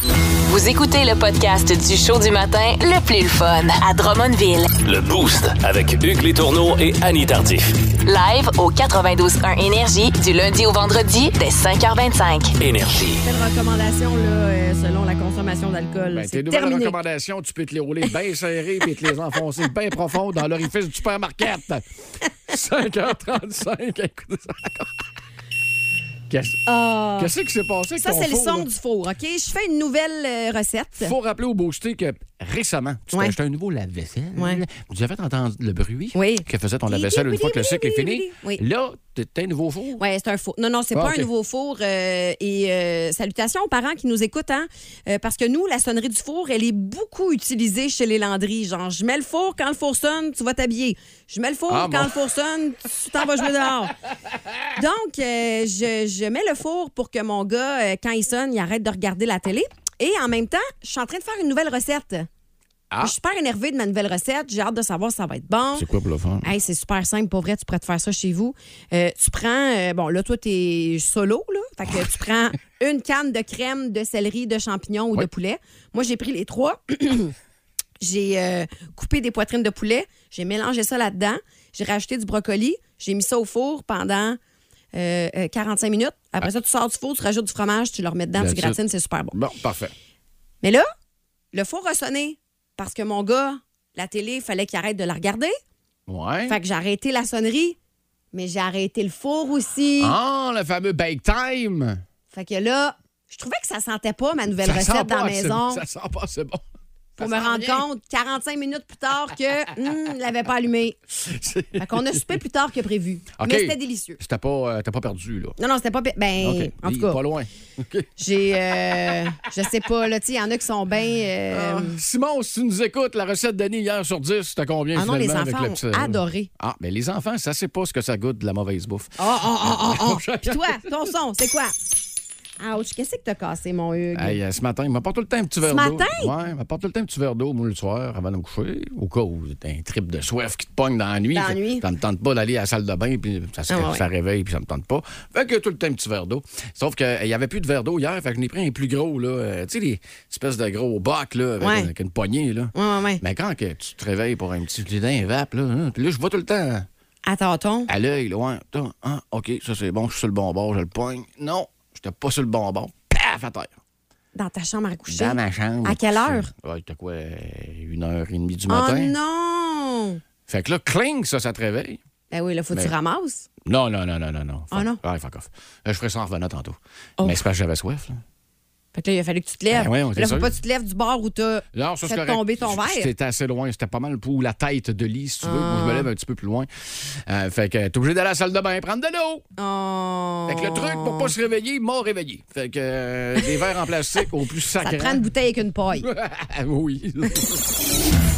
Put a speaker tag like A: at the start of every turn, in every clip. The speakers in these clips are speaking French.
A: Vous écoutez le podcast du show du matin le plus fun à Drummondville.
B: Le Boost avec Hugues Létourneau et Annie Tardif.
A: Live au 92.1 Énergie du lundi au vendredi dès 5h25.
B: Énergie.
C: Telle recommandation là, euh, selon la consommation d'alcool.
D: Ben, tes
C: c'est
D: nouvelles
C: terminé.
D: recommandations, tu peux te les rouler bien serrées puis te les enfoncer bien profond dans l'orifice du supermarket. 5h35, écoutez ça. Qu'est-ce
C: Ah.
D: qu'est-ce qui s'est passé avec
C: ça,
D: ton
C: c'est le
D: four,
C: son
D: là?
C: du four, OK? Je fais une nouvelle euh, recette.
D: faut rappeler au boosté que récemment, tu
C: Ouais.
D: t'as acheté un nouveau lave-vaisselle.
C: Ouais.
D: Vous avez entendu le bruit
C: Oui.
D: que faisait ton lave-vaisselle une fois que le cycle est fini.
C: Oui.
D: Là, t'as un nouveau four.
C: Ouais, c'est un four. Non, non, c'est
D: Ah,
C: pas
D: OK.
C: un nouveau four. euh, et euh, salutations aux parents qui nous écoutent, hein? Euh, parce que nous, la sonnerie du four, elle est beaucoup utilisée chez les landries. Genre, je mets le four, quand le four sonne, tu vas t'habiller. Je mets le four,
D: Ah,
C: quand
D: mon-
C: le four sonne, tu t'en vas jouer dehors. Donc, euh, je, je mets le four pour que mon gars, euh, quand il sonne, il arrête de regarder la télé. Et en même temps, je suis en train de faire une nouvelle recette.
D: Ah.
C: Je suis super énervée de ma nouvelle recette. J'ai hâte de savoir si ça va être bon.
D: C'est quoi pour le fun?
C: Hey, c'est super simple, pour vrai, tu pourrais te faire ça chez vous. Euh, tu prends, euh, bon, là, toi, t'es solo, là. Fait que tu prends une canne de crème, de céleri, de champignons ou
D: Ouais.
C: de poulet. Moi, j'ai pris les trois. j'ai euh, coupé des poitrines de poulet. J'ai mélangé ça là-dedans. J'ai rajouté du brocoli. J'ai mis ça au four pendant euh, euh, 45 minutes. Après ça, tu sors du four, tu rajoutes du fromage, tu le remets dedans, tu
D: Ah. That's it.
C: gratines, c'est super bon.
D: Bon, parfait.
C: Mais là, le four a sonné parce que mon gars, la télé, fallait qu'il arrête de la regarder.
D: Ouais.
C: Fait que j'ai arrêté la sonnerie, mais j'ai arrêté le four aussi.
D: Ah, le fameux bake time.
C: Fait que là, je trouvais que ça sentait pas ma nouvelle
D: Ça sent
C: recette dans
D: pas,
C: la
D: c'est-
C: maison.
D: Ça sent pas, c'est bon.
C: pour
D: ça
C: me
D: sent
C: rendre
D: rien.
C: compte 45 minutes plus tard que hum, je l'avait pas allumé.
D: C'est-
C: Fait qu'on a soupé plus tard que prévu.
D: OK.
C: Mais c'était délicieux.
D: C'était pas, euh, t'as pas perdu, là.
C: Non, non, c'était pas. pi- Ben,
D: OK.
C: en
D: Il
C: tout
D: est
C: cas,
D: Pas loin. OK.
C: j'ai. euh, je sais pas, là, tu sais, il y en a qui sont bien. euh,
D: Ah, Simon, si tu nous écoutes, la recette d'Annie hier sur 10, c'était combien
C: ah non, les
D: finalement avec
C: enfants
D: le
C: ont
D: petit-
C: adoré.
D: Ah, mais les enfants, ça sait pas ce que ça goûte de la mauvaise bouffe.
C: Oh, oh, oh, oh, oh. Puis toi, ton son, c'est quoi? Ouch, qu'est-ce que t'as cassé, mon Hugues?
D: Hey, euh, ce matin, il m'apporte tout le temps un petit verre d'eau.
C: matin?
D: Ouais, il m'apporte tout le temps un petit verre d'eau, moi, le soir, avant de me coucher, au cas où t'as un trip de soif qui te pogne dans la nuit.
C: Dans la
D: Ça-
C: nuit.
D: Ça me tente pas d'aller à la salle de bain, puis ça, se-
C: Ah ouais.
D: ça réveille, puis ça me tente pas. Fait que tout le temps, un petit verre d'eau. Sauf qu'il n'y avait plus de verre d'eau hier, fait que j'en ai pris un plus gros, là. euh, tu sais, les espèces de gros bacs, là, avec,
C: Ouais.
D: avec une poignée, là.
C: Ouais, ouais, ouais.
D: Mais quand que tu te réveilles pour un petit d'un vape, là, hein, puis là, je vois tout le temps
C: Attends, ton.
D: à l'œil, là, ouais, attends, ah, OK, ça c'est bon, je suis sur le bon bord, je le poigne. Non, j'étais pas sur le bon bord. Paf, à terre.
C: Dans ta chambre à coucher.
D: Dans ma chambre.
C: À quelle heure?
D: Ouais, c'était quoi, euh, une heure et demie du
C: Oh
D: matin?
C: non!
D: Fait que là, cling, ça, ça te réveille.
C: Ben oui, là, faut que tu
D: Mais-
C: ramasses.
D: Non, non, non, non, non, non.
C: Ah, non?
D: Ouais, fuck off. Euh, Je ferai ça en revenant tantôt.
C: Oh.
D: Mais c'est parce que j'avais soif, là.
C: Fait que là, il a fallu que tu te lèves.
D: Ben ouais, on
C: Puis là,
D: était
C: faut
D: sûr.
C: pas que tu te lèves du bord où t'as
D: Non, ça, c'est
C: fait
D: correct.
C: tomber ton
D: J-
C: verre. Ah.
D: J'étais assez loin. C'était pas mal pour la tête de lit, si tu veux. Moi, je me lève un petit peu plus loin. Euh, fait que euh, t'es obligé d'aller à la salle de bain prendre de l'eau.
C: Oh.
D: Fait que le truc pour pas se réveiller, m'a réveillé. Fait que euh, des verres en plastique au plus
C: Ça
D: sacré.
C: te prend une bouteille avec une paille.
D: oui.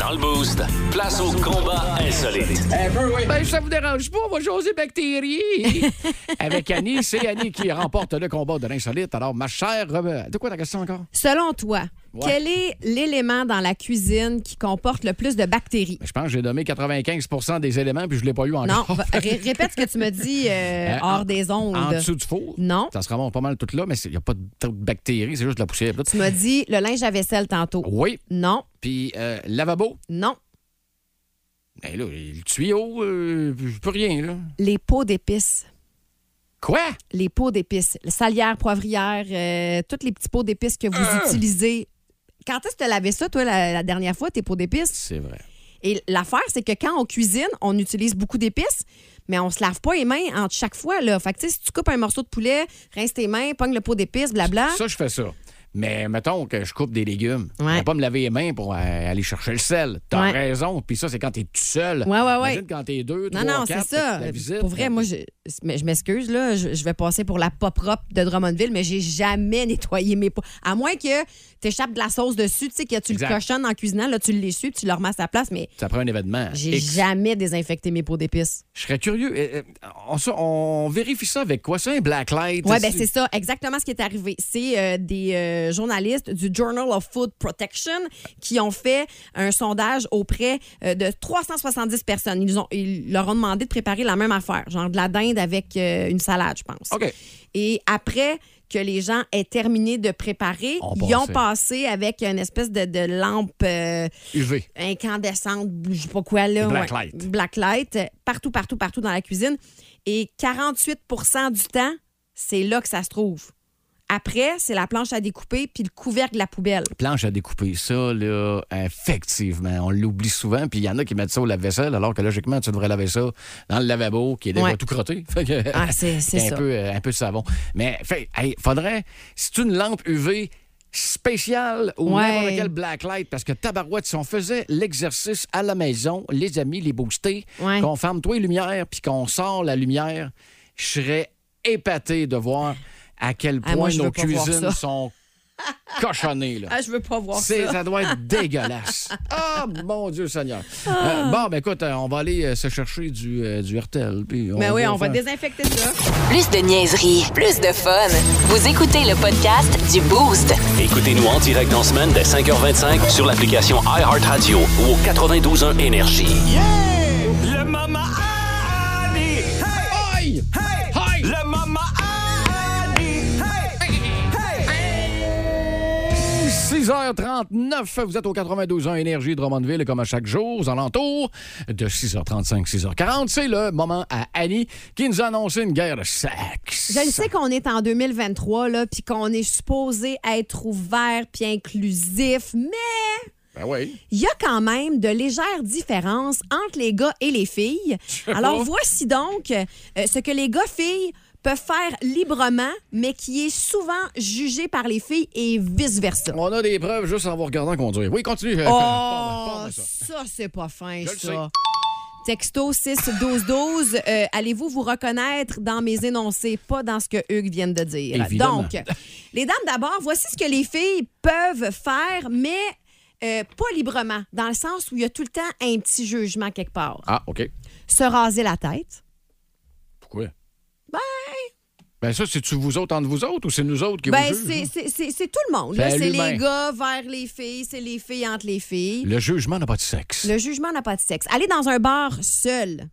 B: Dans le Boost, place au combat insolite.
D: Ben, ça vous dérange pas, on va jaser bactéries. Avec Annie, c'est Annie qui remporte le combat de l'insolite. Alors, ma chère. euh, De quoi ta question encore?
C: Selon toi,
D: Ouais.
C: quel est l'élément dans la cuisine qui comporte le plus de bactéries?
D: Ben, Je pense que j'ai nommé 95 des éléments, puis je l'ai pas eu
C: Non, ben,
D: encore.
C: va- ré- répète ce que tu me dis euh,
D: Euh,
C: hors
D: Oh, en-
C: des ondes.
D: En dessous du four?
C: Non.
D: Ça se remonte pas mal tout là, mais il n'y a pas de, trop de bactéries, c'est juste de la poussière. là.
C: Tu m'as dit le linge à vaisselle tantôt.
D: Oui,
C: Non,
D: puis euh, lavabo.
C: non.
D: Ben là, le tuyau, euh, je peux rien, là.
C: Les pots d'épices.
D: Quoi?
C: les pots d'épices, les salières, poivrières, euh, tous les petits pots d'épices que vous
D: Ah!
C: utilisez. Quand est-ce que tu lavé ça, toi, la, la dernière fois, tes pots d'épices?
D: C'est vrai.
C: Et l'affaire, c'est que quand on cuisine, on utilise beaucoup d'épices, mais on se lave pas les mains entre chaque fois. Là. Fait que, tu sais, si tu coupes un morceau de poulet, rince tes mains, pogne le pot d'épices, blabla.
D: Ça, je fais ça. Mais mettons que je coupe des légumes. Je
C: Ouais.
D: vais pas me laver les mains pour euh, aller chercher le sel. T'as
C: Ouais.
D: raison. Puis ça, c'est quand t'es tout seul.
C: Ouais, ouais, ouais.
D: Imagine quand t'es deux,
C: Non,
D: trois,
C: non, c'est
D: quatre,
C: ça.
D: La visite,
C: Pour vrai, moi, je- mais je m'excuse, là, je, je vais passer pour la pas propre de Drummondville, mais j'ai jamais nettoyé mes pots. À moins que tu échappes de la sauce dessus, tu sais, que tu le
D: Exact.
C: cochonnes en cuisinant, là, tu l'essuies, puis tu le remets à sa place, mais
D: Ça prend un événement.
C: j'ai
D: X.
C: jamais désinfecté mes pots d'épices.
D: Je serais curieux. euh, euh, On, ça, on vérifie ça avec quoi? Ça, un blacklight?
C: Oui, ben c'est ça, exactement ce qui est arrivé. C'est euh, des euh, journalistes du Journal of Food Protection qui ont fait un sondage auprès euh, de 370 personnes. Ils, ont, ils leur ont demandé de préparer la même affaire, genre de la dinde avec euh, une salade, je pense.
D: OK.
C: Et après que les gens aient terminé de préparer,
D: On
C: ils ont
D: passait.
C: passé avec une espèce de, de lampe euh,
D: UV.
C: incandescente, je sais pas quoi là.
D: Blacklight.
C: ouais. Blacklight, euh, partout, partout, partout dans la cuisine. Et 48 du temps, c'est là que ça se trouve. Après, c'est la planche à découper puis le couvercle de la poubelle.
D: planche à découper ça, là, effectivement. On l'oublie souvent, puis il y en a qui mettent ça au lave-vaisselle, alors que logiquement, tu devrais laver ça dans le lavabo, qui est déjà
C: Ouais.
D: tout crotté. Fait que-
C: Ah, c'est- c'est
D: un
C: ça.
D: Peu, euh, un peu de savon. Mais, fait, hey, faudrait, c'est une lampe UV spéciale ou
C: Ouais.
D: n'importe quel blacklight, parce que tabarouette, si on faisait l'exercice à la maison, les amis, les boostés,
C: Ouais.
D: qu'on ferme toi les lumières, puis qu'on sort la lumière, je serais épaté de voir à quel point
C: Ah, moi, je
D: nos
C: veux pas voir
D: cuisines
C: ça.
D: sont cochonnées. Là.
C: Ah, je veux pas voir
D: C'est-
C: ça.
D: ça doit être dégueulasse. Ah, mon Dieu Seigneur.
C: Ah.
D: Euh, bon, ben écoute, euh, on va aller euh, se chercher du, euh, du RTL. puis
C: Mais Ben oui, on va
D: faire-
C: désinfecter ça.
A: Plus de niaiserie, plus de fun. Vous écoutez le podcast du Boost.
B: Écoutez-nous en direct en semaine dès 5h25 sur l'application iHeartRadio ou au 92.1 Énergie.
E: Le Mama Ali. Hey,
D: Aïe!
E: hey.
D: Aïe!
E: Le Mama Ali. Hey, hey.
D: 6h39, vous êtes au 92 ans Énergie Drummondville, et comme à chaque jour, aux alentours de 6h35, 6h40. C'est le moment à Annie qui nous a annoncé une guerre de sexe.
C: Je le sais qu'on est en 2023 là, puis qu'on est supposé être ouvert puis inclusif, mais
D: Ben oui.
C: il y a quand même de légères différences entre les gars et les filles. Alors voici donc euh, ce que les gars-filles peuvent faire librement, mais qui est souvent jugé par les filles et vice-versa.
D: On a des preuves juste en vous regardant conduire. Oui, continue. Euh,
C: Oh,
D: pardon, pardon, ça.
C: ça, c'est pas fin,
D: Je le
C: ça. Texto 6 12 12 euh, allez-vous vous reconnaître dans mes énoncés pas dans ce que Hugues vient de dire.
D: Évidemment.
C: Donc les dames d'abord, voici ce que les filles peuvent faire mais euh, pas librement dans le sens où il y a tout le temps un petit jugement quelque part.
D: Ah, OK.
C: Se raser la tête.
D: Pourquoi? Ben... Ben ça, c'est-tu vous autres entre vous autres ou c'est nous autres qui
C: Ben
D: vous
C: c'est
D: jugent?
C: c'est- c'est c'est tout le monde là,
D: C'est
C: c'est
D: l'humain.
C: les gars vers les filles, c'est les filles entre les filles.
D: Le jugement n'a pas de sexe.
C: Le jugement n'a pas de sexe. Aller dans un bar seul.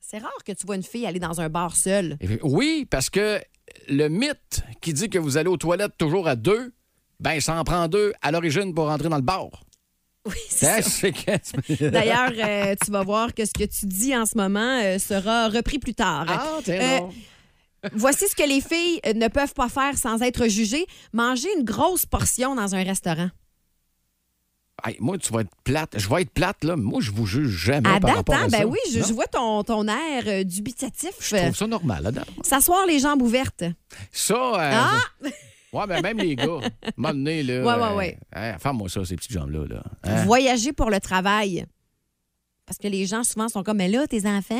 C: C'est rare que tu vois une fille aller dans un bar seule.
D: Et- Oui, parce que le mythe qui dit que vous allez aux toilettes toujours à deux, ben ça en prend deux à l'origine pour rentrer dans le bar.
C: Oui, c'est ça.
D: Hein, c'est que-
C: D'ailleurs, euh, tu vas voir que ce que tu dis en ce moment euh, sera repris plus tard.
D: Ah, t'es
C: Euh,
D: bon.
C: Voici ce que les filles euh, ne peuvent pas faire sans être jugées. Manger une grosse portion dans un restaurant.
D: Hey, moi, tu vas être plate. Je vais être plate, là. Moi, je vous juge jamais
C: À
D: par
C: date,
D: rapport
C: hein,
D: à ça.
C: ben oui, je,
D: Non?
C: je vois ton, ton air euh, dubitatif. Euh,
D: Je trouve ça normal, à date.
C: S'asseoir les jambes ouvertes.
D: Ça... euh,
C: Ah!
D: Ouais, mais même les gars, à un moment donné, là...
C: Ouais, ouais,
D: euh,
C: ouais.
D: hein, Ferme-moi ça, ces petites jambes-là, là. Hein?
C: Voyager pour le travail. Parce que les gens souvent sont comme, mais là, tes enfants,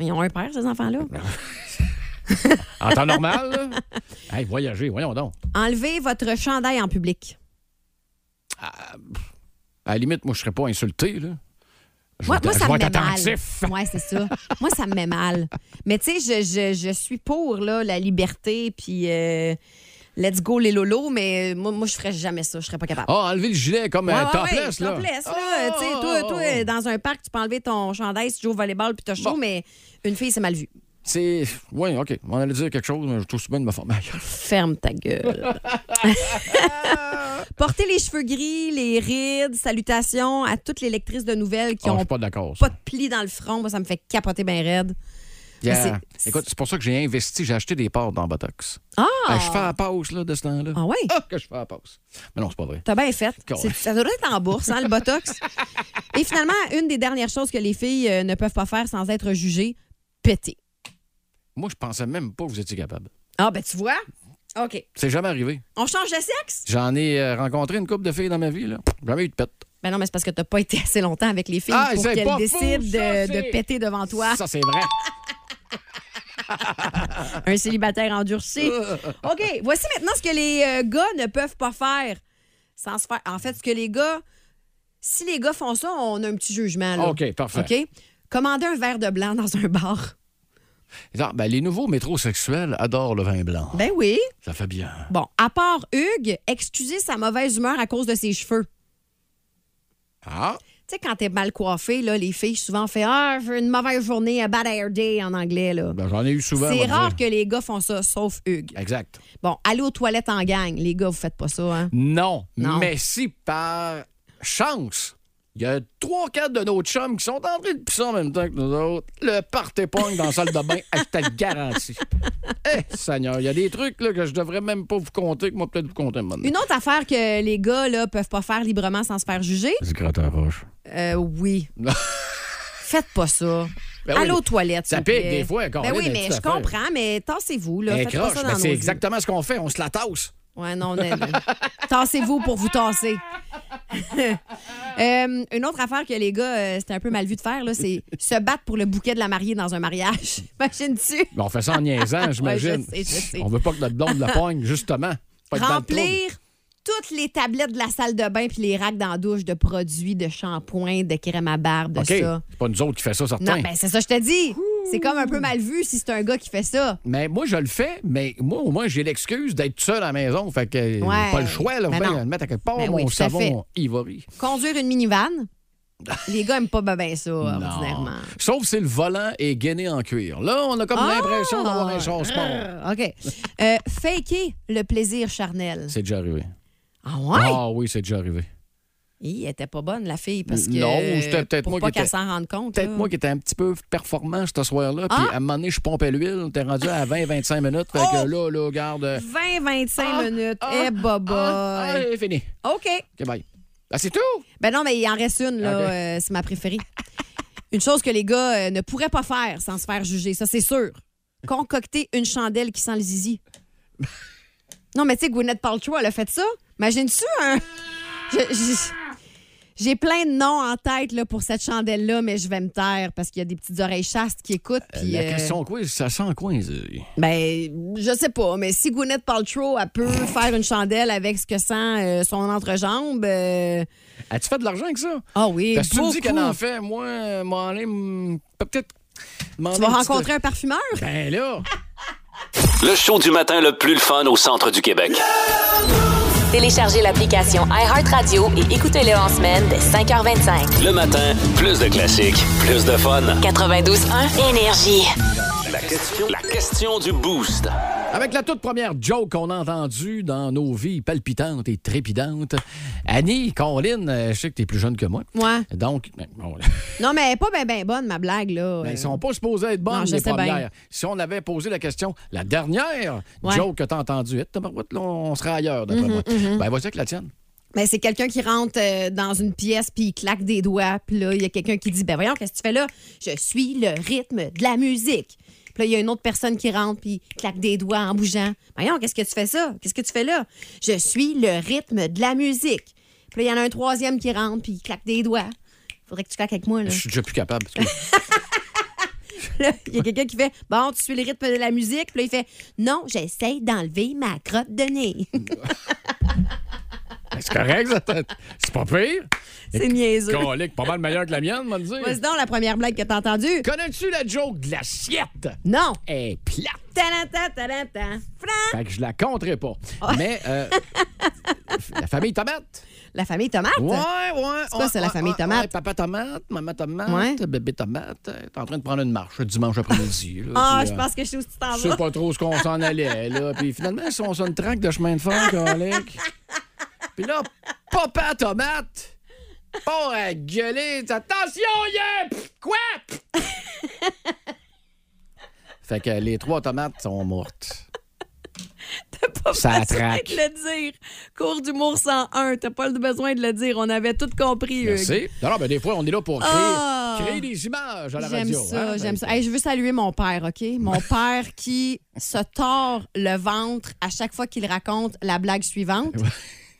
C: ils ont un père, ces enfants-là.
D: En temps normal, là. Hey, voyager, voyons donc.
C: Enlever votre chandail en public.
D: À la limite, moi, je serais pas insulté, là. Je vais
C: Moi,
D: être-
C: moi,
D: je
C: ça
D: vais
C: me
D: être
C: met mal.
D: attentif.
C: Oui, c'est ça. moi, ça me met mal. Mais tu sais, je, je- je suis pour là, la liberté, puis euh, let's go les lolos, mais euh, moi, moi je ferais jamais ça. Je serais pas capable.
D: Ah, enlever le gilet comme
C: Ouais,
D: un
C: ouais,
D: topless,
C: ouais,
D: là.
C: topless, là.
D: Ah,
C: Tu sais,
D: ah,
C: toi, toi,
D: ah.
C: dans un parc, tu peux enlever ton chandail si tu joues au volleyball puis t'as chaud,
D: Bon.
C: mais une fille, c'est mal vu.
D: C'est. Oui, OK. On allait dire quelque chose, mais je trouve ça bien de me former.
C: Ferme ta gueule. Porter les cheveux gris, les rides, salutations à toutes les lectrices de nouvelles qui
D: Ah, je
C: ont
D: suis pas d'accord. ça.
C: pas de plis dans le front. Moi, ça me fait capoter bien raide.
D: Yeah.
C: c'est-
D: Écoute, c'est pour ça que j'ai investi, j'ai acheté des parts dans Botox.
C: Ah!
D: Ah, je fais la pause, là, de ce temps-là.
C: Ah ouais?
D: Ah, que je fais la pause. Mais non, c'est pas vrai.
C: T'as bien fait.
D: Cool.
C: C'est- Ça devrait être en bourse, hein, le Botox. Et finalement, une des dernières choses que les filles euh, ne peuvent pas faire sans être jugées, péter.
D: Moi, je pensais même pas que vous étiez capable.
C: Ah, ben tu vois? OK.
D: C'est jamais arrivé.
C: On change de sexe?
D: J'en ai euh, rencontré une couple de filles dans ma vie, là. Jamais eu de pète.
C: Ben non, mais c'est parce que t'as pas été assez longtemps avec les filles
D: Ah,
C: pour
D: c'est
C: qu'elles
D: pas
C: décident
D: faux, ça,
C: de,
D: c'est-
C: de péter devant toi.
D: Ça, c'est vrai.
C: Un célibataire endurci. OK, voici maintenant ce que les euh, gars ne peuvent pas faire sans se faire. En fait, ce que les gars. Si les gars font ça, on a un petit jugement. Là.
D: OK, parfait.
C: OK? Commander un verre de blanc dans un bar.
D: Non, ben, les nouveaux métrosexuels adorent le vin blanc.
C: Ben oui.
D: Ça fait bien.
C: Bon, à part Hugues, excuser sa mauvaise humeur à cause de ses cheveux.
D: Ah,
C: Tu sais, quand t'es mal coiffé, là, les filles souvent font Ah, j'ai une mauvaise journée, a bad hair day en anglais. là.
D: ben, j'en ai eu souvent.
C: C'est
D: on va
C: rare
D: dire.
C: que les gars font ça, sauf Hugues.
D: Exact.
C: Bon, aller aux toilettes en gang. Les gars, vous faites pas ça, hein?
D: Non,
C: Non.
D: mais si par chance, il y a trois, quatre de nos chums qui sont en train de pisser en même temps que nous autres, le partez pogne dans la salle de bain, je te le garantis. Eh, Seigneur, il y a des trucs là, que je devrais même pas vous compter, que moi peut-être vous compter maintenant.
C: Une autre affaire que les gars là, peuvent pas faire librement sans se faire juger,
D: Du gratin à roche.
C: euh, oui. Faites pas ça.
D: Ben oui,
C: Allez aux toilettes.
D: ça
C: s'il vous
D: pique
C: plaît.
D: des fois,
C: Ben
D: Caroline,
C: oui,
D: une
C: mais
D: petite
C: je
D: affaire.
C: comprends, mais tassez-vous. là.
D: Eh,
C: Faites pas
D: croche,
C: ça
D: ben,
C: dans
D: c'est
C: nos
D: exactement ce qu'on fait, on se la tasse.
C: yeux. Ouais, non, on est- Tassez-vous pour vous tasser. Euh, une autre affaire que les gars, euh, c'était un peu mal vu de faire, là, c'est se battre pour le bouquet de la mariée dans un mariage. Imagines-tu?
D: Ben, on fait ça en niaisant, j'imagine.
C: Ouais, je sais, je sais.
D: On veut pas que notre blonde la pogne, justement. Pas être dans le trouble.
C: Remplir toutes les tablettes de la salle de bain puis les racks dans la douche de produits, de shampoing, de crème à barbe, de
D: OK,
C: ça.
D: c'est pas nous autres qui fait ça, certain.
C: Non, ben c'est ça, je te dis. C'est comme un peu mal vu si c'est un gars qui fait ça.
D: Mais moi, je le fais, mais moi, au moins, j'ai l'excuse d'être seul à la maison. Fait que j'ai
C: Ouais.
D: pas le choix, là.
C: Ben
D: Faut bien
C: non.
D: le mettre à quelque part,
C: Ben
D: mon
C: oui, tout à fait.
D: savon ivory.
C: Conduire une minivan, les gars aiment pas ben, ben ça, ordinairement.
D: Sauf si le volant est gainé en cuir. Là, on a comme
C: Ah!
D: l'impression d'avoir un char sport.
C: OK. Euh, faker le plaisir charnel.
D: C'est déjà arrivé.
C: Ah ouais?
D: Ah oui, c'est déjà arrivé.
C: Hi, elle était pas bonne, la fille, parce que.
D: Non, c'était peut-être
C: pour
D: moi
C: pas
D: qui
C: qu'elle
D: étais-
C: s'en rende compte.
D: Peut-être
C: là.
D: moi qui étais un petit peu performant ce soir-là, puis
C: Euh. Ah!
D: à un moment donné, je pompais l'huile. T'es rendu à 20-25 minutes. Fait
C: Oh!
D: que là, là, garde. euh,
C: 20-25 minutes. Eh, boboy.
D: Ah, ah, c'est fini.
C: OK.
D: OK, bye. Ah, c'est tout?
C: Ben non, mais il en reste une, là.
D: Ok.
C: euh, c'est ma préférée. Une chose que les gars euh, ne pourraient pas faire sans se faire juger, ça, c'est sûr. Concocter une chandelle qui sent le zizi. Non, mais tu sais, Gwyneth Paltrow, elle a fait ça. Imagine-tu un... Je- je- J'ai plein de noms en tête là, pour cette chandelle-là, mais je vais me taire parce qu'il y a des petites oreilles chastes qui écoutent. puis,
D: La
C: euh,
D: question quiz, ça sent coincé.
C: ben, je sais pas, mais si Gwyneth Paltrow, elle peut faire une chandelle avec ce que sent euh, son entrejambe... euh,
D: As-tu fait de l'argent avec ça?
C: Ah oui,
D: Parce que tu me dis
C: beaucoup.
D: qu'elle en fait, moi, euh, m'en aller, mm, peut-être. m'en
C: Tu vas
D: aller un petit-
C: rencontrer un parfumeur?
D: Ben là!
B: Le show du matin le plus le fun au centre du Québec.
A: Téléchargez l'application iHeartRadio et écoutez-le en semaine dès 5h25.
B: Le matin, plus de classiques, plus de fun.
A: 92.1 Énergie.
B: La question, la question du boost.
D: Avec la toute première joke qu'on a entendue dans nos vies palpitantes et trépidantes, Annie, Colin, euh, je sais que t'es plus jeune que moi.
C: Ouais.
D: Donc, ben, bon,
C: Non, mais elle est pas bien ben bonne, ma blague, là.
D: ben,
C: Euh,
D: ils sont pas supposés être bonnes,
C: Non, je
D: les
C: sais bien.
D: premières. Si on avait posé la question, la dernière
C: Ouais. Mhm,
D: joke que t'as entendue, eh, tabarouette, là, on sera ailleurs, d'après moi. Ben, voici avec la tienne.
C: Ben, c'est quelqu'un qui rentre euh, dans une pièce puis il claque des doigts. Puis là, il y a quelqu'un qui dit Ben voyons, qu'est-ce que tu fais là Je suis le rythme de la musique. Puis là, il y a une autre personne qui rentre puis claque des doigts en bougeant. Voyons, qu'est-ce que tu fais ça Qu'est-ce que tu fais là Je suis le rythme de la musique. Puis là, il y en a un troisième qui rentre puis il claque des doigts. Faudrait que tu claques avec moi, là.
D: Je suis déjà plus capable. parce que-
C: Là, il y a quelqu'un qui fait Bon, tu suis le rythme de la musique. Puis là, il fait Non, j'essaie d'enlever ma crotte de nez.
D: C'est correct, ça? C'est pas pire.
C: c'est niaiseux.
D: Colique, pas mal meilleur que la mienne, moi, dire.
C: Vas-y donc, la première blague que t'as entendue.
D: Connais-tu la joke de l'assiette?
C: Non.
D: Elle est plate.
C: Ta-da-ta, ta-da-ta. Fran.
D: Fait que je la compterai pas. Mais euh, la famille tomate. Ah,
C: La famille Tomate.
D: Ouais, ouais.
C: C'est quoi,
D: ouais,
C: c'est la
D: ouais,
C: famille
D: ouais,
C: tomate?
D: ouais, papa tomate, maman tomate,
C: Ouais.
D: bébé tomate. Elle est en train de prendre une marche dimanche après-midi. là,
C: Ah,
D: puis,
C: je
D: euh,
C: pense que je sais où tu t'en
D: Je sais
C: vas.
D: pas trop ce qu'on s'en allait, là. Puis finalement, si on sonne une traque de chemin de fer, colique. Puis là, papa tomate. Pas à gueuler. dit, Attention, yeah! Pff, Quoi? Pff. fait que les trois tomates sont mortes.
C: T'as pas besoin
D: Ça attraque.
C: de le dire. Cours d'humour 101. T'as pas le besoin de le dire. On avait tout compris. Hugues.
D: Merci. Non, non, ben, des fois, on est là pour créer,
C: Ah!
D: créer des images à la
C: J'aime
D: radio.
C: ça,
D: hein?
C: j'aime ça.
D: Ben,
C: Hey, je veux saluer mon père, OK? Mon père qui se tord le ventre à chaque fois qu'il raconte la blague suivante.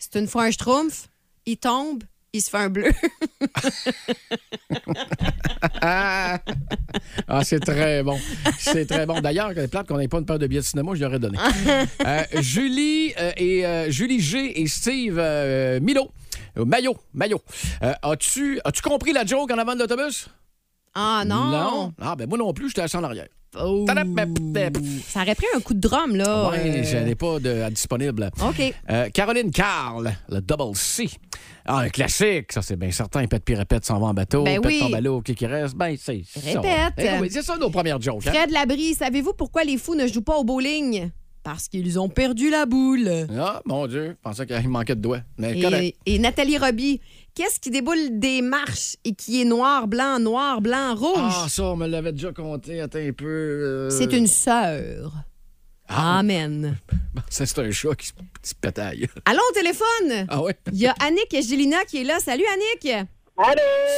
C: C'est une fois un schtroumpf, il tombe, il puis il se fait un bleu.
D: Ah, Ah, c'est très bon. C'est très bon. D'ailleurs, les plate qu'on n'ait pas une paire de billets de cinéma, je l'aurais donné. Euh, Julie, euh, et, euh, Julie G et Steve euh, Milo. Euh, Maillot, Maillot. Euh, as-tu, as-tu compris la joke en avant de l'autobus?
C: Ah non!
D: Ah, ben moi non plus, j'étais assis en arrière.
C: Oh. Ça aurait pris un coup de drum, là.
D: Ah Ouais,
C: Euh,
D: j'en ai pas de, à disponible.
C: OK.
D: Euh, Caroline Carl, le Double C. Ah, un classique, ça c'est bien certain. Pète puis répète, s'en va en bateau.
C: Ben
D: pète
C: oui.
D: ton ballot, qui qui reste. Ben, c'est ça.
C: Répète.
D: Eh oui, c'est ça nos premières jokes. hein.
C: Fred Labrie, savez-vous pourquoi les fous ne jouent pas au bowling? Parce qu'ils ont perdu la boule.
D: Ah, mon Dieu, je pensais qu'il manquait de doigts. Mais Eh, correct.
C: Et, et Nathalie Roby, qu'est-ce qui déboule des marches et qui est noir, blanc, noir, blanc,
D: Ah,
C: rouge?
D: ça, on me l'avait déjà compté. Attends un peu. euh, Ah,
C: C'est une sœur. Amen.
D: Ça, c'est un chat qui se, qui se pétaille.
C: Allons au téléphone!
D: Ah ouais?
C: Il y a Annick et Gélina qui est là. Salut, Annick!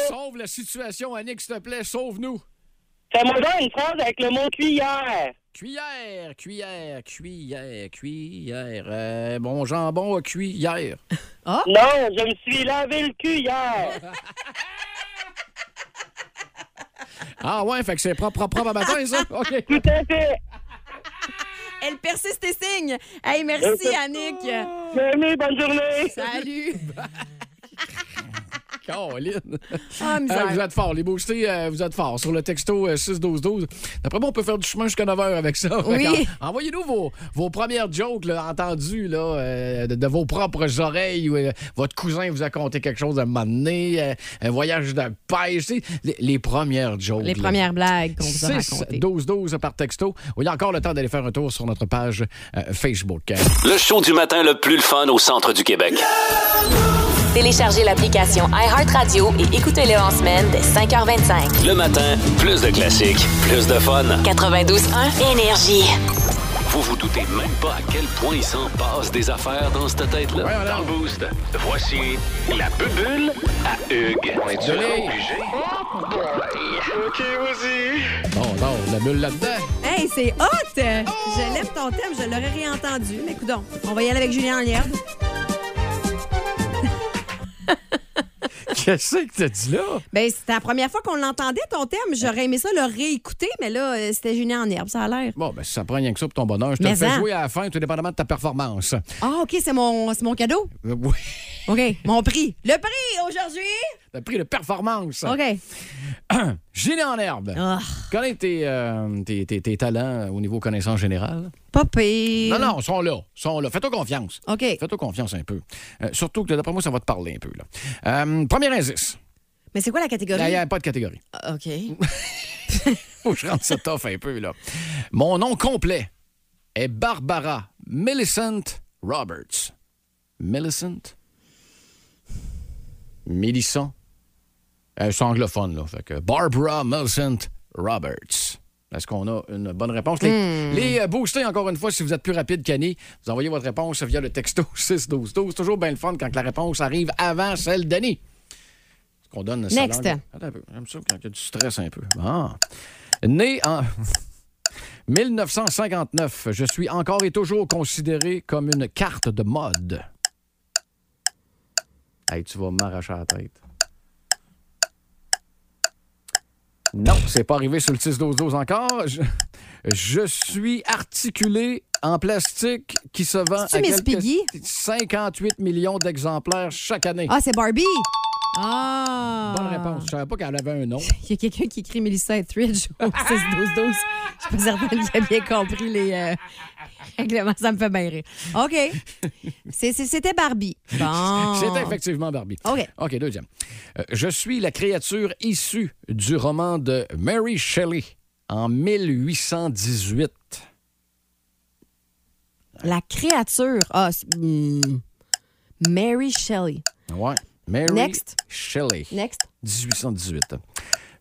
D: Sauve la situation, Annick, s'il te plaît, sauve-nous.
F: Fais-moi donc une phrase avec le mot cuillère.
D: Cuillère, cuillère, cuillère, cuillère. Euh, bon jambon à cuillère.
F: Non, je me suis lavé le cul hier.
D: Ah ouais, fait que c'est propre, propre, propre à matin, ça? OK.
F: Tout à fait.
C: Elle persiste et signe. Hey, merci, Annick.
F: Bienvenue, bonne journée.
C: Salut.
D: Caroline.
C: Ah, misère.
D: Hein, vous êtes forts, les boostés, euh, vous êtes forts. Sur le texto euh, 6-12-12. D'après moi, on peut faire du chemin jusqu'à 9 h avec ça.
C: Oui.
D: Fait qu'en- Envoyez-nous vos, vos premières jokes là, entendues là, euh, de, de vos propres oreilles. ou, euh, votre cousin vous a conté quelque chose à un moment donné, euh, un voyage de pêche. tu sais, Les, les premières jokes.
C: Les
D: là.
C: premières blagues qu'on vous a
D: 6
C: racontées.
D: 12 12 par texto. Il y a encore le temps d'aller faire un tour sur notre page euh, Facebook.
B: Le show du matin le plus le fun au centre du Québec.
A: Téléchargez l'application iHeartRadio et écoutez-le en semaine dès 5h25.
B: Le matin, plus de classiques, plus de fun.
A: 92.1 Énergie.
B: Vous vous doutez même pas à quel point il s'en passe des affaires dans cette tête-là.
D: Ouais, voilà.
B: Dans le boost, voici la bubule à Hugues.
D: désolé. Bon, non, la bulle là-dedans.
C: Hey, c'est hot! Je lève ton thème, je l'aurais réentendu. Mais coudon, on va y aller avec Julien Lherbe.
D: Qu'est-ce que t'as dit là?
C: Ben, c'était la première fois qu'on l'entendait, ton thème. J'aurais aimé ça le réécouter, mais là, euh, c'était Julien en herbe, ça a l'air.
D: Bon, ben, si ça prend rien que ça pour ton bonheur, je te
C: Mais
D: le fais
C: en.
D: jouer à la fin, tout dépendamment de ta performance.
C: Ah, OK, c'est mon, c'est mon cadeau.
D: Euh, oui,
C: OK, mon prix. Le prix aujourd'hui?
D: t'as pris de performance.
C: OK.
D: Gilet en herbe.
C: Ah,
D: Connais tes, euh, tes, tes- tes talents au niveau connaissance générale?
C: pas pire.
D: Non, non, ils sont là. ils sont là. Fais-toi confiance.
C: OK.
D: Fais-toi confiance un peu. Euh, surtout que d'après moi, ça va te parler un peu. Là. Euh, premier indice.
C: Mais c'est quoi la
D: Il
C: catégorie?
D: n'y a pas de catégorie.
C: Ah, OK.
D: Faut que je rentre ça tough un peu. là. Mon nom complet est Barbara Millicent Roberts. Millicent? Millicent? Euh, c'est anglophone, là. Fait que Barbara Millicent Roberts. Est-ce qu'on a une bonne réponse? Les, les, euh, boostés, encore une fois, si vous êtes plus rapide qu'Annie, vous envoyez votre réponse via le texto 6-12-12. C'est toujours bien le fun quand la réponse arrive avant celle d'Annie. Ce qu'on donne sa
C: Next.
D: langue- Attends un peu. J'aime ça quand il y a du stress un peu. Ah. Né en 1959, je suis encore et toujours considéré comme une carte de mode. Hey, tu vas m'arracher la tête. Non, c'est pas arrivé sur le 6-12-12 encore. Je, je suis articulé en plastique qui se vend
C: C'est-tu
D: à
C: Miss
D: quelques-
C: Piggy?
D: 58 millions d'exemplaires chaque année.
C: Ah, c'est Barbie. Ah.
D: Bonne réponse. Je savais pas qu'elle avait un nom.
C: Il y a quelqu'un qui écrit Melissa Etheridge au
D: Ah!
C: 6-12-12. Je suis pas certaine qu'il a bien compris les euh, règlements. Ça me fait bien rire. OK. C'est- c'est- C'était Barbie. Bon.
D: C'était effectivement Barbie.
C: Ah. OK.
D: OK, deuxième. Euh, je suis la créature issue du roman de Mary Shelley en 1818.
C: La créature. Ah, c'est- hmm. Mary Shelley.
D: Ouais. Mary
C: Next.
D: Shelley,
C: Next.
D: 1818.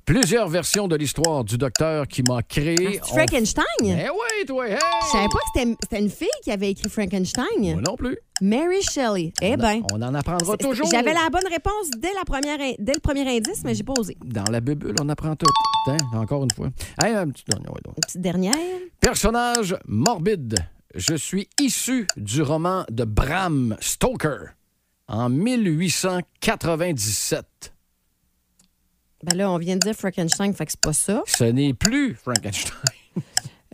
D: Plusieurs versions de l'histoire du docteur qui m'a créé.
C: C'est
D: ont-
C: Frankenstein.
D: Eh ouais, toi, hey!
C: Je savais pas que c'était- c'était une fille qui avait écrit Frankenstein.
D: Moi non plus.
C: Mary Shelley. Eh bien.
D: On en apprendra toujours.
C: J'avais la bonne réponse dès, la première, in- dès le premier indice, mais j'ai pas osé.
D: Dans la bubule, on apprend tout. Hein, encore une fois. Hey, un petit dernier, ouais, donc.
C: Une petite dernière.
D: Personnage morbide. Je suis issu du roman de Bram Stoker en 1897.
C: Ben là, on vient de dire Frankenstein, fait que c'est pas ça.
D: Ce n'est plus Frankenstein.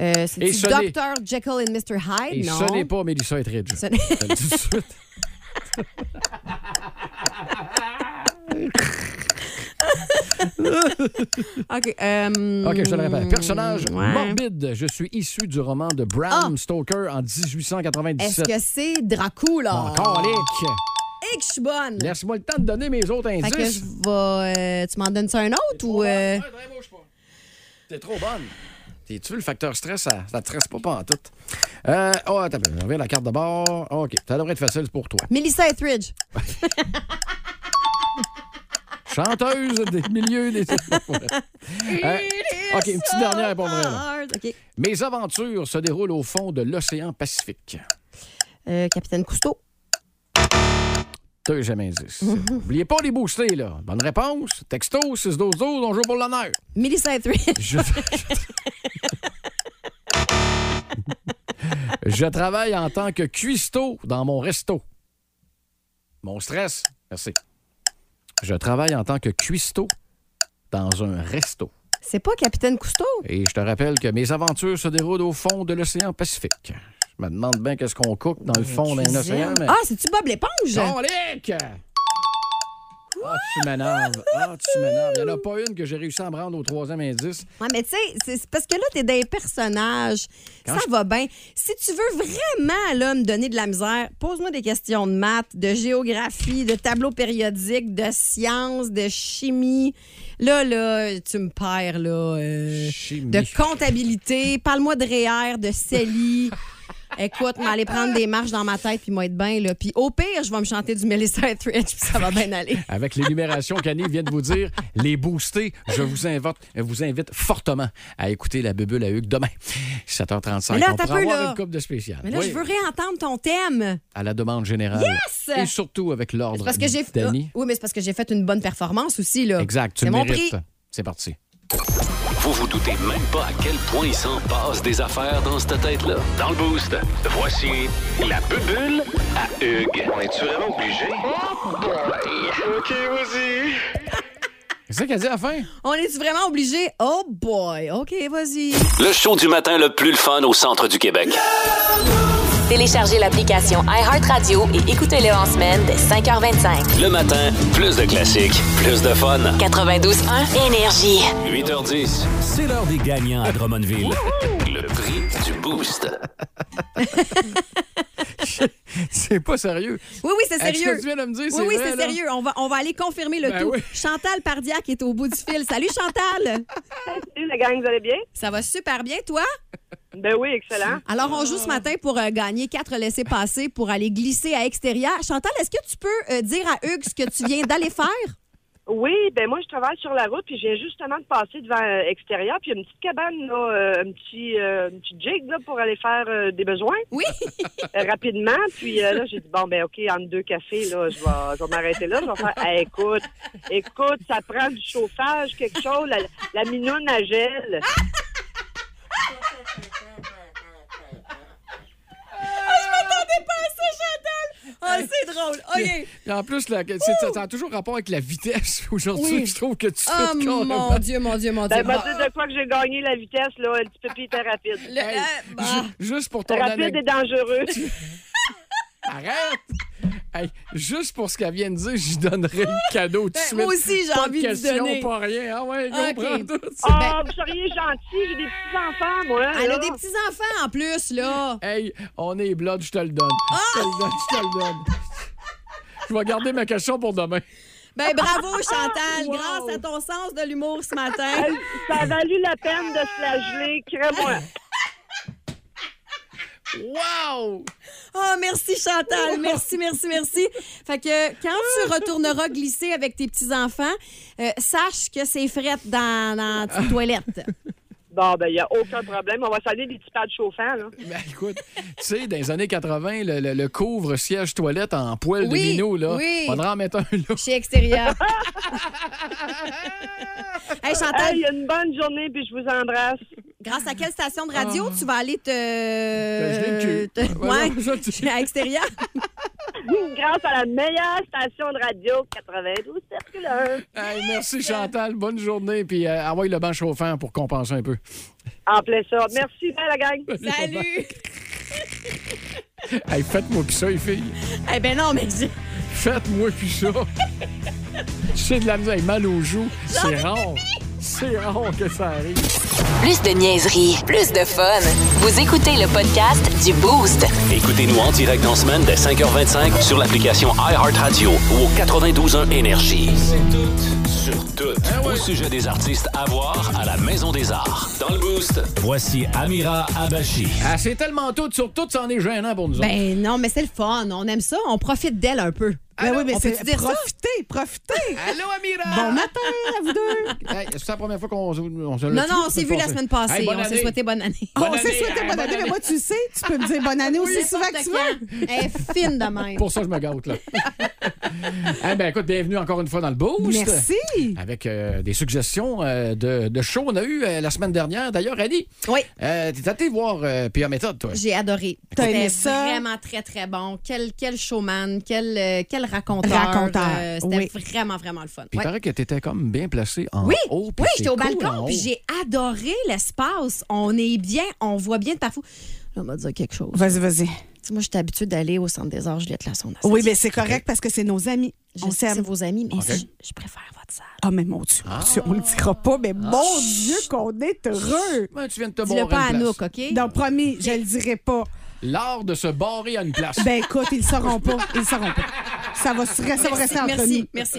C: Euh,
D: Et
C: c'est
D: ce n'est-
C: Dr. Jekyll and Mr. Hyde,
D: Et
C: Eh non?
D: ce n'est pas Mélissa Etheridge.
C: Ce n'est-
D: Je te le dis tout de suite.
C: OK. euh,
D: OK, je te le répète. Personnage
C: Mm, ouais.
D: morbide. Je suis issu du roman de Bram Stoker en
C: Est-ce
D: 1897.
C: que c'est Dracula?
D: Encore
C: Et que je suis bonne!
D: Laisse-moi le temps de donner mes autres
C: Fait que je
D: indices.
C: vais... euh, tu m'en donnes ça un autre ou... euh,
D: T'es trop bonne. T'es-tu vu, le facteur stress, ça, ça te stresse pas, pas en tout. Euh, oh, attends, je reviens à la carte de bord. OK, ça devrait être facile pour toi.
C: Melissa Etheridge.
D: Chanteuse des milieux des... Euh, OK, une petite dernière pour vrai. là.
C: OK.
D: Mes aventures se déroulent au fond de l'océan Pacifique.
C: Euh, Capitaine Cousteau.
D: Deux jamais indice. N'oubliez pas les booster, là. Bonne réponse. Texto 6-12-12, on joue pour l'honneur.
C: Melissa Etheridge.
D: Je... Je travaille en tant que cuistot dans mon resto. Mon stress. Merci. Je travaille en tant que cuistot dans un resto.
C: C'est pas Capitaine Cousteau?
D: Et je te rappelle que mes aventures se déroulent au fond de l'océan Pacifique. Je me demande bien qu'est-ce qu'on coupe dans le fond d'un océan, mais...
C: Ah, c'est-tu Bob l'éponge?
D: Colique! Ah, tu m'énerves. Ah, tu m'énerves. Il n'y en a pas une que j'ai réussi à me rendre au troisième indice.
C: Ouais, mais tu sais, c'est c'est parce que là, t'es des personnages.
D: Quand
C: ça
D: je-
C: va bien. Si tu veux vraiment là, me donner de la misère, pose-moi des questions de maths, de géographie, de tableaux périodiques, de sciences, de chimie. Là, là, tu me perds, là. euh,
D: Chimie.
C: de comptabilité. Parle-moi de REER, de CELI. Écoute, m'aller prendre des marches dans ma tête, puis moi être bien, là. Puis au pire, je vais me chanter du Melissa Etheridge, puis ça va bien aller.
D: Avec l'énumération qu'Annie vient de vous dire, les boostés, je vous invite, vous invite fortement à écouter la bubule à Hugues demain, 7h35.
C: Mais là,
D: On
C: t'as
D: pourra
C: peu,
D: avoir
C: là.
D: une coupe de spécial.
C: Mais là,
D: Oui,
C: je veux réentendre ton thème.
D: À la demande générale.
C: Yes!
D: Et surtout avec l'ordre
C: Parce que j'ai euh,
D: d'Annie.
C: Oui, mais c'est parce que j'ai fait une bonne performance aussi là.
D: Exact, tu
C: C'est
D: le
C: mon
D: mérites.
C: prix.
D: C'est parti.
B: Vous vous doutez même pas à quel point il s'en passe des affaires dans cette tête-là. Dans le boost, voici la bubule à Hugues. On est-tu vraiment obligé?
D: C'est ça qu'elle dit à la fin?
C: On est vraiment obligé. Oh boy. OK, vas-y.
B: Le show du matin le plus le fun au centre du Québec.
A: Téléchargez l'application iHeartRadio et écoutez-le en semaine dès 5h25.
B: Le matin, plus de classiques, plus de fun.
A: 92.1 Énergie.
B: 8h10, c'est l'heure des gagnants à Drummondville. Le prix du boost.
D: C'est pas sérieux.
C: Oui, oui, c'est
D: Est-ce que
C: sérieux.
D: tu viens de me dire, c'est
C: oui, oui,
D: vrai,
C: c'est
D: là?
C: sérieux. On va, on va aller confirmer le
D: Ben
C: tout.
D: oui.
C: Chantal Pardiac est au bout du fil. Salut Chantal.
F: Salut, la gang, vous allez bien?
C: Ça va super bien, toi?
F: Ben oui, excellent.
C: Alors, on joue ce matin pour euh, gagner quatre laissés-passer pour aller glisser à extérieur. Chantal, est-ce que tu peux euh, dire à Hugues ce que tu viens d'aller faire?
F: Oui, ben moi, je travaille sur la route, puis j'ai justement de passer devant euh, extérieur, puis il y a une petite cabane, là, euh, un petit, euh, un petit jig, là, pour aller faire euh, des besoins
C: Oui.
F: euh, rapidement. Puis euh, là, j'ai dit, bon, ben OK, entre deux cafés, là, je vais, je vais m'arrêter là. Je vais faire, Hey, écoute, écoute, ça prend du chauffage, quelque chose, la, la minoune à gel.
C: Ah, Attendez pas à ça, Chantal. Oh, c'est drôle. OK.
D: Et en plus, là, c'est- ça, ça a toujours rapport avec la vitesse. Aujourd'hui,
C: Oui.
D: je trouve que tu fais
C: Oh
D: carrément.
C: mon Dieu, mon Dieu, mon Dieu. Ah,
F: Ben, m'a dit de quoi que j'ai gagné la vitesse, là, un petit peu, puis était rapide.
C: Le-
D: Hey,
C: euh, bah.
D: ju- juste pour ton
F: Rapide
D: anecdote.
F: et dangereux.
D: Arrête! Hey, juste pour ce qu'elle vient de dire, j'y donnerais le cadeau tout de
C: Ben,
D: suite.
C: moi aussi, j'ai
D: Pas de
C: envie de
D: question,
C: donner.
D: pas rien. Ah ouais,
C: Ok. ben,
D: comprends tout.
F: Oh, vous seriez gentil, j'ai des petits-enfants, moi.
C: Elle
F: Ah, là.
C: a des petits-enfants en plus, là.
D: Hey, on est blood, je te le donne. Je
C: Ah!
D: te le donne, je te le donne. Je vais garder ma question pour demain.
C: Ben bravo, Chantal.
F: Ah, Wow.
C: Grâce à ton sens de l'humour ce matin.
F: Elle- Ça a valu la peine de se la geler, crée-moi.
D: Wow!
C: Oh, merci, Chantal. Merci, merci, merci. Fait que quand tu retourneras glisser avec tes petits-enfants, euh, sache que c'est frette dans, dans tes toilettes.
F: Bon, ben, il n'y a aucun problème. On va s'aller des petits pads chauffants, là.
D: Ben, écoute, tu sais, dans les années 80, le, le- le couvre-siège toilette en poêle
C: Oui,
D: de minot, là.
C: oui.
D: On devrait en mettre un, là.
C: Chez extérieur. hey, Chantal,
F: Hey, une bonne journée, puis je vous embrasse.
C: grâce à quelle station de radio tu vas aller te...
D: geler Ah. le cul.
C: te-
D: Ben non,
C: Ouais,
D: ça, tu-
C: à extérieur.
F: grâce à la meilleure station de radio 92 circulaire.
D: Hey, merci Chantal, bonne journée, puis euh, envoie le banc chauffant pour compenser un peu.
F: En plein ça. Merci, bye la gang.
C: Salut!
D: Hey, faites-moi pis ça, les filles.
C: Eh ben non, mais j'ai-
D: Faites-moi pis ça. J'ai de la misère, mal aux joues. C'est rare. C'est rare que ça arrive.
A: Plus de niaiserie, plus de fun. Vous écoutez le podcast du Boost.
B: Écoutez-nous en direct en semaine dès 5h25 sur l'application iHeartRadio ou au 92.1 Énergie. Eh C'est tout sur tout. Au sujet des artistes à voir à la Maison des Arts. Dans le Boost, voici Amira Abachi.
D: Ah, c'est tellement tout, sur tout, c'en est gênant pour nous autres.
C: Ben non, mais c'est le fun. On aime ça. On profite d'elle un peu.
G: Ben oui, mais
C: on
G: c'est
C: peut-tu dire ça?
G: profitez, profitez.
D: Allô, Amira!
C: Bon matin à vous deux.
D: Hey, c'est la première fois qu'on se- on se l'a
C: Non,
D: dit,
C: non,
D: la
C: on s'est
D: semaine
C: vu la
D: passée?
C: semaine passée.
D: Hey, bonne
C: on s'est
D: année.
C: souhaité bonne année.
D: Bonne
G: on s'est
D: année,
G: souhaité
D: hey,
G: bonne année, mais moi, tu sais, tu peux me dire bonne année aussi souvent que tu veux.
C: Elle est fine de même.
D: Pour ça, je me gâte, là. Eh ben, écoute, bienvenue encore une fois dans le Boost.
G: Merci.
D: Avec euh, des suggestions euh, de, de shows. On a eu euh, la semaine dernière, d'ailleurs, Annie.
C: Oui.
D: Euh, T'es allé voir euh, Pierre Méthode, toi.
C: J'ai adoré.
G: T'as
C: C'était
G: aimé ça?
C: vraiment très, très bon. Quel, quel showman, quel, euh, quel raconteur. euh,
G: Raconteur,
C: C'était
G: oui.
C: vraiment, vraiment le fun.
D: Puis il
C: Ouais.
D: paraît que t'étais comme bien placé en
C: Oui,
D: haut. puis
C: oui,
D: c'est
C: j'étais au
D: cool hein? en
C: balcon,
D: haut.
C: puis j'ai adoré l'espace. On est bien, on voit bien de partout. Là, on va dire quelque chose.
G: Vas-y, vas-y.
C: Tu sais, Moi, j'étais habituée d'aller au Centre des Arts Juliette Lasson. dans
G: Oui,
C: cette-
G: mais c'est correct parce que c'est nos amis.
C: je
G: On
C: sais que c'est
G: s'aime.
C: vos amis, mais je, je préfère votre salle.
G: Ah, mais mon Dieu, mon Dieu, on ne le dira pas, mais mon Dieu, qu'on est heureux.
D: Ouais, tu viens de te
C: Dis-le
D: barrer
C: pas à
D: une
C: Anouk,
D: place.
C: OK?
G: Donc, promis, je ne le dirai pas.
D: L'art de se barrer à une place.
G: Ben écoute, ils ne sauront pas. Ils ne sauront pas. Ça va, se- ça va
C: merci,
G: rester entre
C: merci,
G: nous.
C: merci.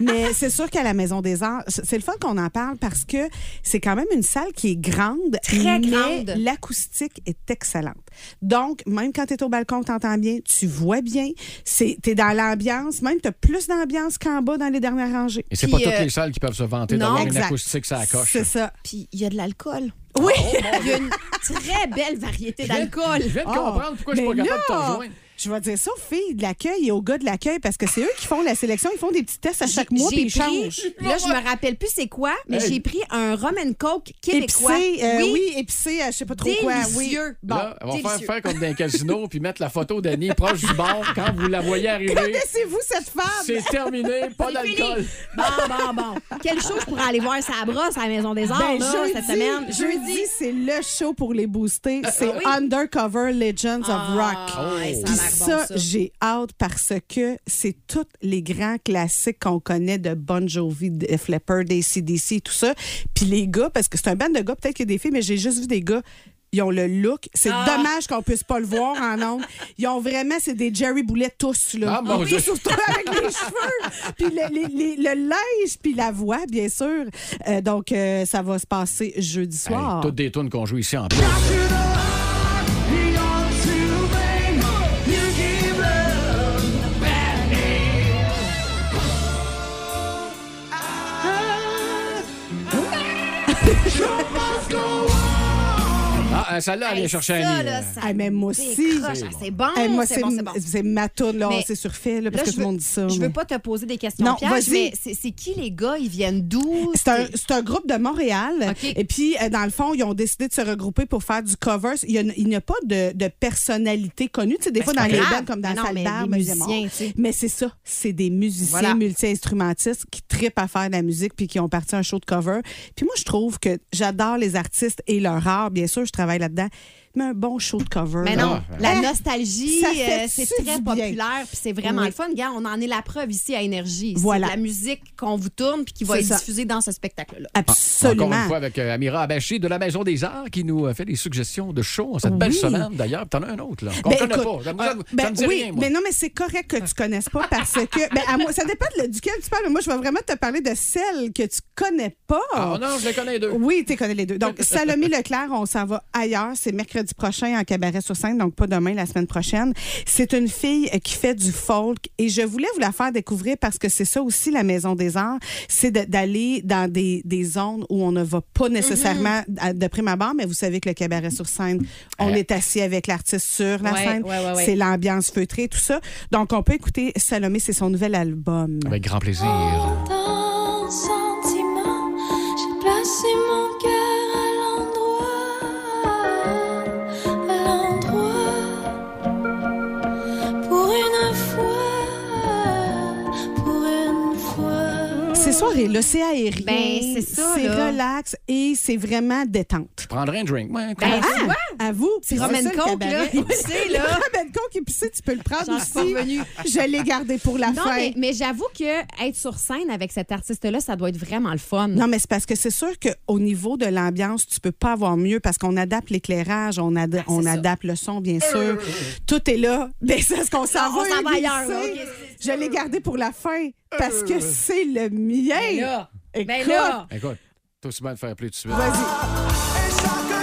G: Mais c'est sûr qu'à la Maison des Arts, c- c'est le fun qu'on en parle parce que c'est quand même une salle qui est grande.
C: Très
G: mais
C: grande.
G: L'acoustique est excellente. Donc, même quand tu es au balcon, tu entends bien, tu vois bien, tu es dans l'ambiance, même tu as plus d'ambiance qu'en bas dans les dernières rangées.
D: Et c'est
C: Puis,
D: pas toutes
C: euh,
D: les salles qui peuvent se vanter
C: non,
D: d'avoir une
G: exact.
D: acoustique ça Oh, coche.
G: C'est ça.
C: Puis il y a de l'alcool.
G: Oui.
C: Il y a une très belle variété d'alcool.
D: Je viens de
G: Ah,
D: comprendre pourquoi je suis pas
G: mais
D: capable de
G: là,
D: t'en joindre.
G: Je vais dire ça aux filles de l'accueil et aux gars de l'accueil parce que c'est eux qui font la sélection. Ils font des petits tests à chaque mois
C: J'ai
G: puis ils
C: pris-
G: changent.
C: Là, je me rappelle plus c'est quoi, mais
D: Hey.
C: j'ai pris un rum and coke québécois.
G: Épicé, euh, oui. épicé, à je sais pas trop quoi. Oui.
C: délicieux. Bon,
D: Là, on va faire
C: délicieux.
D: faire comme dans un casino puis mettre la photo d'Annie proche du bar quand vous la voyez arriver.
G: Connaissez-vous cette femme?
D: C'est terminé, pas
C: C'est fini.
D: d'alcool.
C: Bon, bon, bon. Quelle chose je pourrais aller voir sa brosse à la Maison des Arts
G: Ben,
C: là,
G: jeudi,
C: cette semaine?
G: jeudi, c'est le show pour les booster. C'est
C: Euh, ah oui.
G: Undercover Legends of Rock.
C: Ah, hey, ça
G: Puis
C: a l'air bon,
G: ça,
C: ça.
G: j'ai hâte parce que c'est tous les grands classiques qu'on connaît de Bon Jovi, de Flapper, des CDC, tout ça. Puis les gars, parce que c'est un band de gars, peut-être qu'il y a des filles, mais j'ai juste vu des gars. Ils ont le look. C'est
C: Ah.
G: dommage qu'on puisse pas le voir en nombre. Ils ont vraiment, c'est des Jerry Boulet tous, là.
D: Ah, mon
G: Oui,
D: Dieu.
G: surtout avec les cheveux, puis le, les- les- le linge, puis la voix, bien sûr. Euh, donc, euh, ça va se passer jeudi
D: Hey,
G: soir.
D: toutes des tunes qu'on joue ici en plus. Ah, euh, celle-là, elle vient
C: Hey,
D: chercher
C: ça,
D: Annie.
C: là,
D: euh.
C: ça
G: Ah, mais moi aussi.
C: décroche.
G: C'est
C: Ah, C'est bon,
G: Eh, moi,
C: c'est
G: c'est
C: bon, c'est bon.
G: c'est ma tourne, là,
C: Mais
G: c'est surfait, là, parce
C: Là,
G: que
C: je
G: tout le
C: veux-
G: monde dit ça.
C: Je
G: mais-
C: veux pas te poser des questions
G: Non,
C: pièges,
G: vas-y.
C: mais c'est c'est qui les gars? Ils viennent d'où?
G: C'est un, c'est un groupe de Montréal.
C: OK.
G: Et puis, euh, dans le fond, ils ont décidé de se regrouper pour faire du cover. Il y a- il n'y a, pas de, de personnalité connue. Tu sais, des fois,
C: Ben, c'est
G: dans
C: pas
G: les
C: grave.
G: bands, comme dans
C: Mais non,
G: Salle
C: mais
G: d'Armes,
C: les
G: Musée Mort.
C: musiciens, tu sais.
G: Mais c'est ça. C'est des musiciens
C: Voilà.
G: multi-instrumentistes qui trippent à faire de la musique puis qui ont parti un show de cover. Puis moi, je trouve que j'adore les artistes et leur art. Bien sûr, je travaille là-dedans. Mais un bon show de cover.
C: Mais
G: là.
C: non,
D: Ah,
C: la
G: ben,
C: nostalgie,
G: ça fait
C: euh, c'est
G: du
C: très
G: bien.
C: populaire, puis c'est vraiment
G: Oui.
C: le fun. Gars, on en est la preuve ici à Énergie.
G: Voilà.
C: C'est de la musique qu'on vous tourne puis qui va
G: C'est
C: être
G: ça.
C: diffusée dans ce spectacle-là.
G: Absolument.
D: Encore une fois avec euh, Amira Abachi de la Maison des Arts qui nous euh, fait des suggestions de shows en cette belle
G: Oui.
D: semaine d'ailleurs. Puis T'en as un autre là. Qu'on
G: Ben,
D: connaît
G: écoute,
D: pas. Ça me- Ça,
G: euh,
D: me- ça
G: ben
D: me dit
G: oui,
D: rien, moi.
G: Mais non, mais c'est correct que tu connaisses pas parce que. ben, à moi, ça dépend de- duquel tu parles, mais moi, je vais vraiment te parler de celle que tu connais pas.
D: Ah non, je les connais deux.
G: Oui, tu connais les deux. Donc, Salomé Leclerc, on s'en va ailleurs. C'est mercredi prochain en cabaret sur scène, donc pas demain, la semaine prochaine. C'est une fille euh, qui fait du folk et je voulais vous la faire découvrir parce que c'est ça aussi la Maison des Arts, c'est de- d'aller dans des, des zones où on ne va pas nécessairement
C: Mm-hmm.
G: à- de prime abord, mais vous savez que le cabaret sur scène, on
D: Ouais.
G: est assis avec l'artiste sur la
C: Ouais,
G: scène.
C: ouais, ouais, ouais.
G: C'est l'ambiance feutrée, tout ça. Donc, on peut écouter Salomé, c'est son nouvel album.
D: Avec grand plaisir.
H: D'un sentiment, j'ai placé mon cœur à l'endroit, à l'endroit, pour une fois
G: soirée, là, c'est aérien.
I: Ben, c'est ça,
G: C'est
I: là.
G: relax et c'est vraiment détente.
D: Je prendrais un drink. Ouais,
I: Ben,
G: Ah,
I: tu vois,
G: à vous.
C: C'est Roman
G: ça, le
C: Coke,
G: cabaret.
C: là, épicé, là.
G: Le Roman Coke épicé, tu peux le prendre
C: J'en suis pas
G: aussi. Je l'ai gardé pour la
I: non,
G: fin.
I: mais, mais j'avoue que être sur scène avec cet artiste-là, ça doit être vraiment le fun.
G: Non, mais c'est parce que c'est sûr qu'au niveau de l'ambiance, tu peux pas avoir mieux parce qu'on adapte l'éclairage, on, ad- on
I: Ah, ça. Euh,
G: adapte le son, bien sûr. Tout est là. Mais c'est ce qu'on s'en
I: Non,
G: va.
I: on s'en va
G: Élise.
I: ailleurs, là. Ok, c'est- Euh.
G: Je l'ai gardé pour la fin parce que c'est le mien.
I: Ben là,
G: Écoute,
I: ben là.
D: Écoute, t'as aussi bien de faire appeler tout de suite.
G: Vas-y.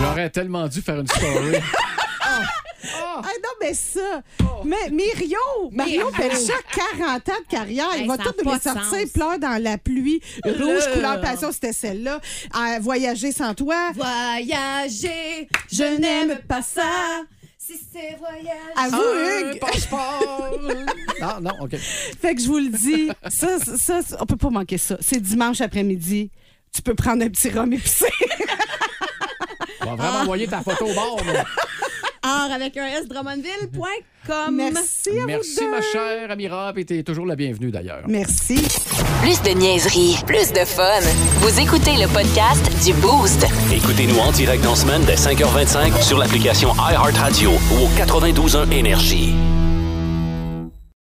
D: J'aurais tellement dû faire une story.
G: Ah non, mais ça. Mais Mirio,
I: Mirio.
G: Mario Pelcha, 40 ans de carrière. Il
I: Hey,
G: va
I: ça
G: tout
I: a
G: nous
I: pas
G: les
I: de
G: sortir.
I: sens.
G: Pleure dans la pluie. Rouge, couleur passion, c'était celle-là. À voyager sans toi.
I: Voyager,
G: Je n'aime pas ça.
I: si c'est voyager.
G: À vous,
D: Un
G: Ah Hugues.
D: passeport. Ah, Non, non, OK.
G: Fait que je vous le dis, ça, ça, ça, on peut pas manquer ça. C'est dimanche après-midi. Tu peux prendre un petit rhum épicé.
D: On va
G: Ah.
D: vraiment envoyer ta photo au bord. là.
I: Or avec un S Drummondville.com.
G: Merci à vous
D: Merci,
G: deux.
D: ma chère Amira. Et t'es toujours la bienvenue, d'ailleurs.
G: Merci.
A: Plus de niaiserie, plus de fun. Vous écoutez le podcast du Boost.
B: Écoutez-nous en direct dans la semaine dès 5h25 sur l'application iHeartRadio ou au 92.1 Énergie.